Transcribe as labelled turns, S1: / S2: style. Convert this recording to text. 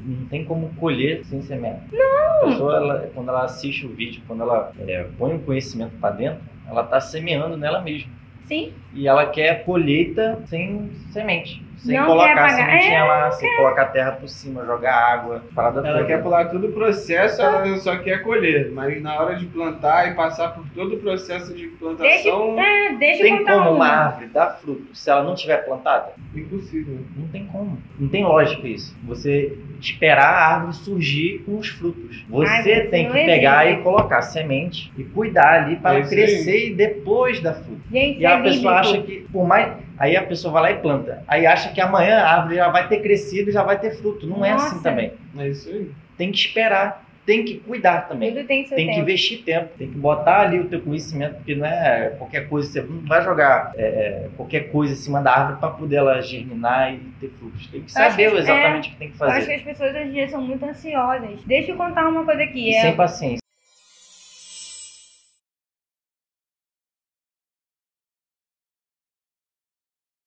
S1: não tem como colher sem semente. Não! A pessoa, ela, quando ela assiste o vídeo, quando ela é, põe o conhecimento para dentro, ela está semeando nela mesma.
S2: Sim.
S1: E ela quer colheita sem semente. Sem
S2: Não quer
S1: colocar
S2: pagar.
S1: sementinha
S2: É,
S1: lá, sem colocar terra por cima, jogar água, parada
S3: Ela
S1: toda.
S3: quer pular todo o processo, ela só quer colher. Mas na hora de plantar e passar por todo o processo de
S2: Deixa,
S3: plantação,
S2: é, deixa eu
S1: Então, Tem
S2: contar
S1: como
S2: uma.
S1: uma árvore dar fruto se ela não tiver plantada?
S3: impossível.
S1: Não tem como. Não tem lógica isso. Você esperar a árvore surgir com os frutos. Você
S2: Ai,
S1: tem
S2: não
S1: que pegar
S2: existe.
S1: e colocar semente e cuidar ali para
S3: É isso
S1: crescer e depois dar fruto.
S2: Gente,
S1: E
S2: é
S1: a pessoa
S2: bíblico.
S1: acha que, por mais. Aí a pessoa vai lá e planta. Aí acha que amanhã a árvore já vai ter crescido e já vai ter fruto. Não é assim
S2: Nossa.
S1: também.
S3: É isso aí.
S1: Tem que esperar. Tem que cuidar também
S2: Tudo tem seu
S1: tem que
S2: tempo.
S1: investir tempo, tem que botar ali o teu conhecimento, porque não é qualquer coisa, você não vai jogar é, é, qualquer coisa em cima da árvore para poder ela germinar e ter frutos. Tem que
S2: Eu acho
S1: saber
S2: que- é,
S1: exatamente o que tem que
S2: Eu acho
S1: fazer.
S2: que as pessoas hoje em dia são muito ansiosas. Deixa eu contar uma coisa aqui.
S1: E
S2: é-
S1: sem paciência.